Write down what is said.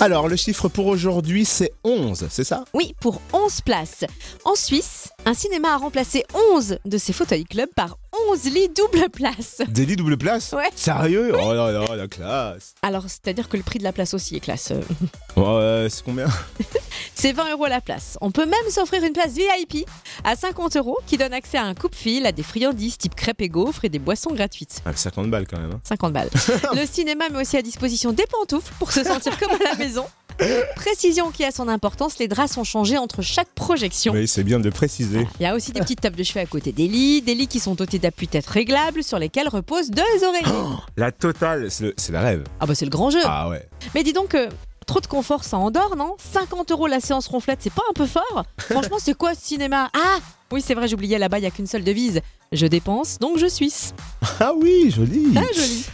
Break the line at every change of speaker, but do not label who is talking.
Alors, le chiffre pour aujourd'hui, c'est 11, c'est ça
Oui, pour 11 places. En Suisse, un cinéma a remplacé 11 de ses fauteuils club par 11 lits double place.
Des lits double place
Ouais.
Sérieux Oh là là, la classe
Alors, c'est-à-dire que le prix de la place aussi est classe. euh.
Ouais, c'est combien
C'est 20 euros la place. On peut même s'offrir une place VIP à 50 euros qui donne accès à un coupe-fil, à des friandises type crêpes et gaufres et des boissons gratuites.
ah, 50 balles quand même. hein.
50 balles. Le cinéma met aussi à disposition des pantoufles pour se sentir comme à la maison. Précision qui a son importance, les draps sont changés entre chaque projection.
Oui, c'est bien de préciser.
Il y a aussi des petites tables de chevet à côté des lits, des lits qui sont dotés d'appuis-têtes réglables sur lesquels reposent deux oreillers.
La totale, c'est le, c'est le rêve.
Ah bah c'est le grand jeu.
Ah ouais.
Mais dis donc, euh, trop de confort ça endort, non 50 euros la séance ronflette, c'est pas un peu fort Franchement, c'est quoi ce cinéma Ah Oui, c'est vrai, j'oubliais là-bas, il n'y a qu'une seule devise. Je dépense, donc je suis.
Ah oui, joli
Ah, joli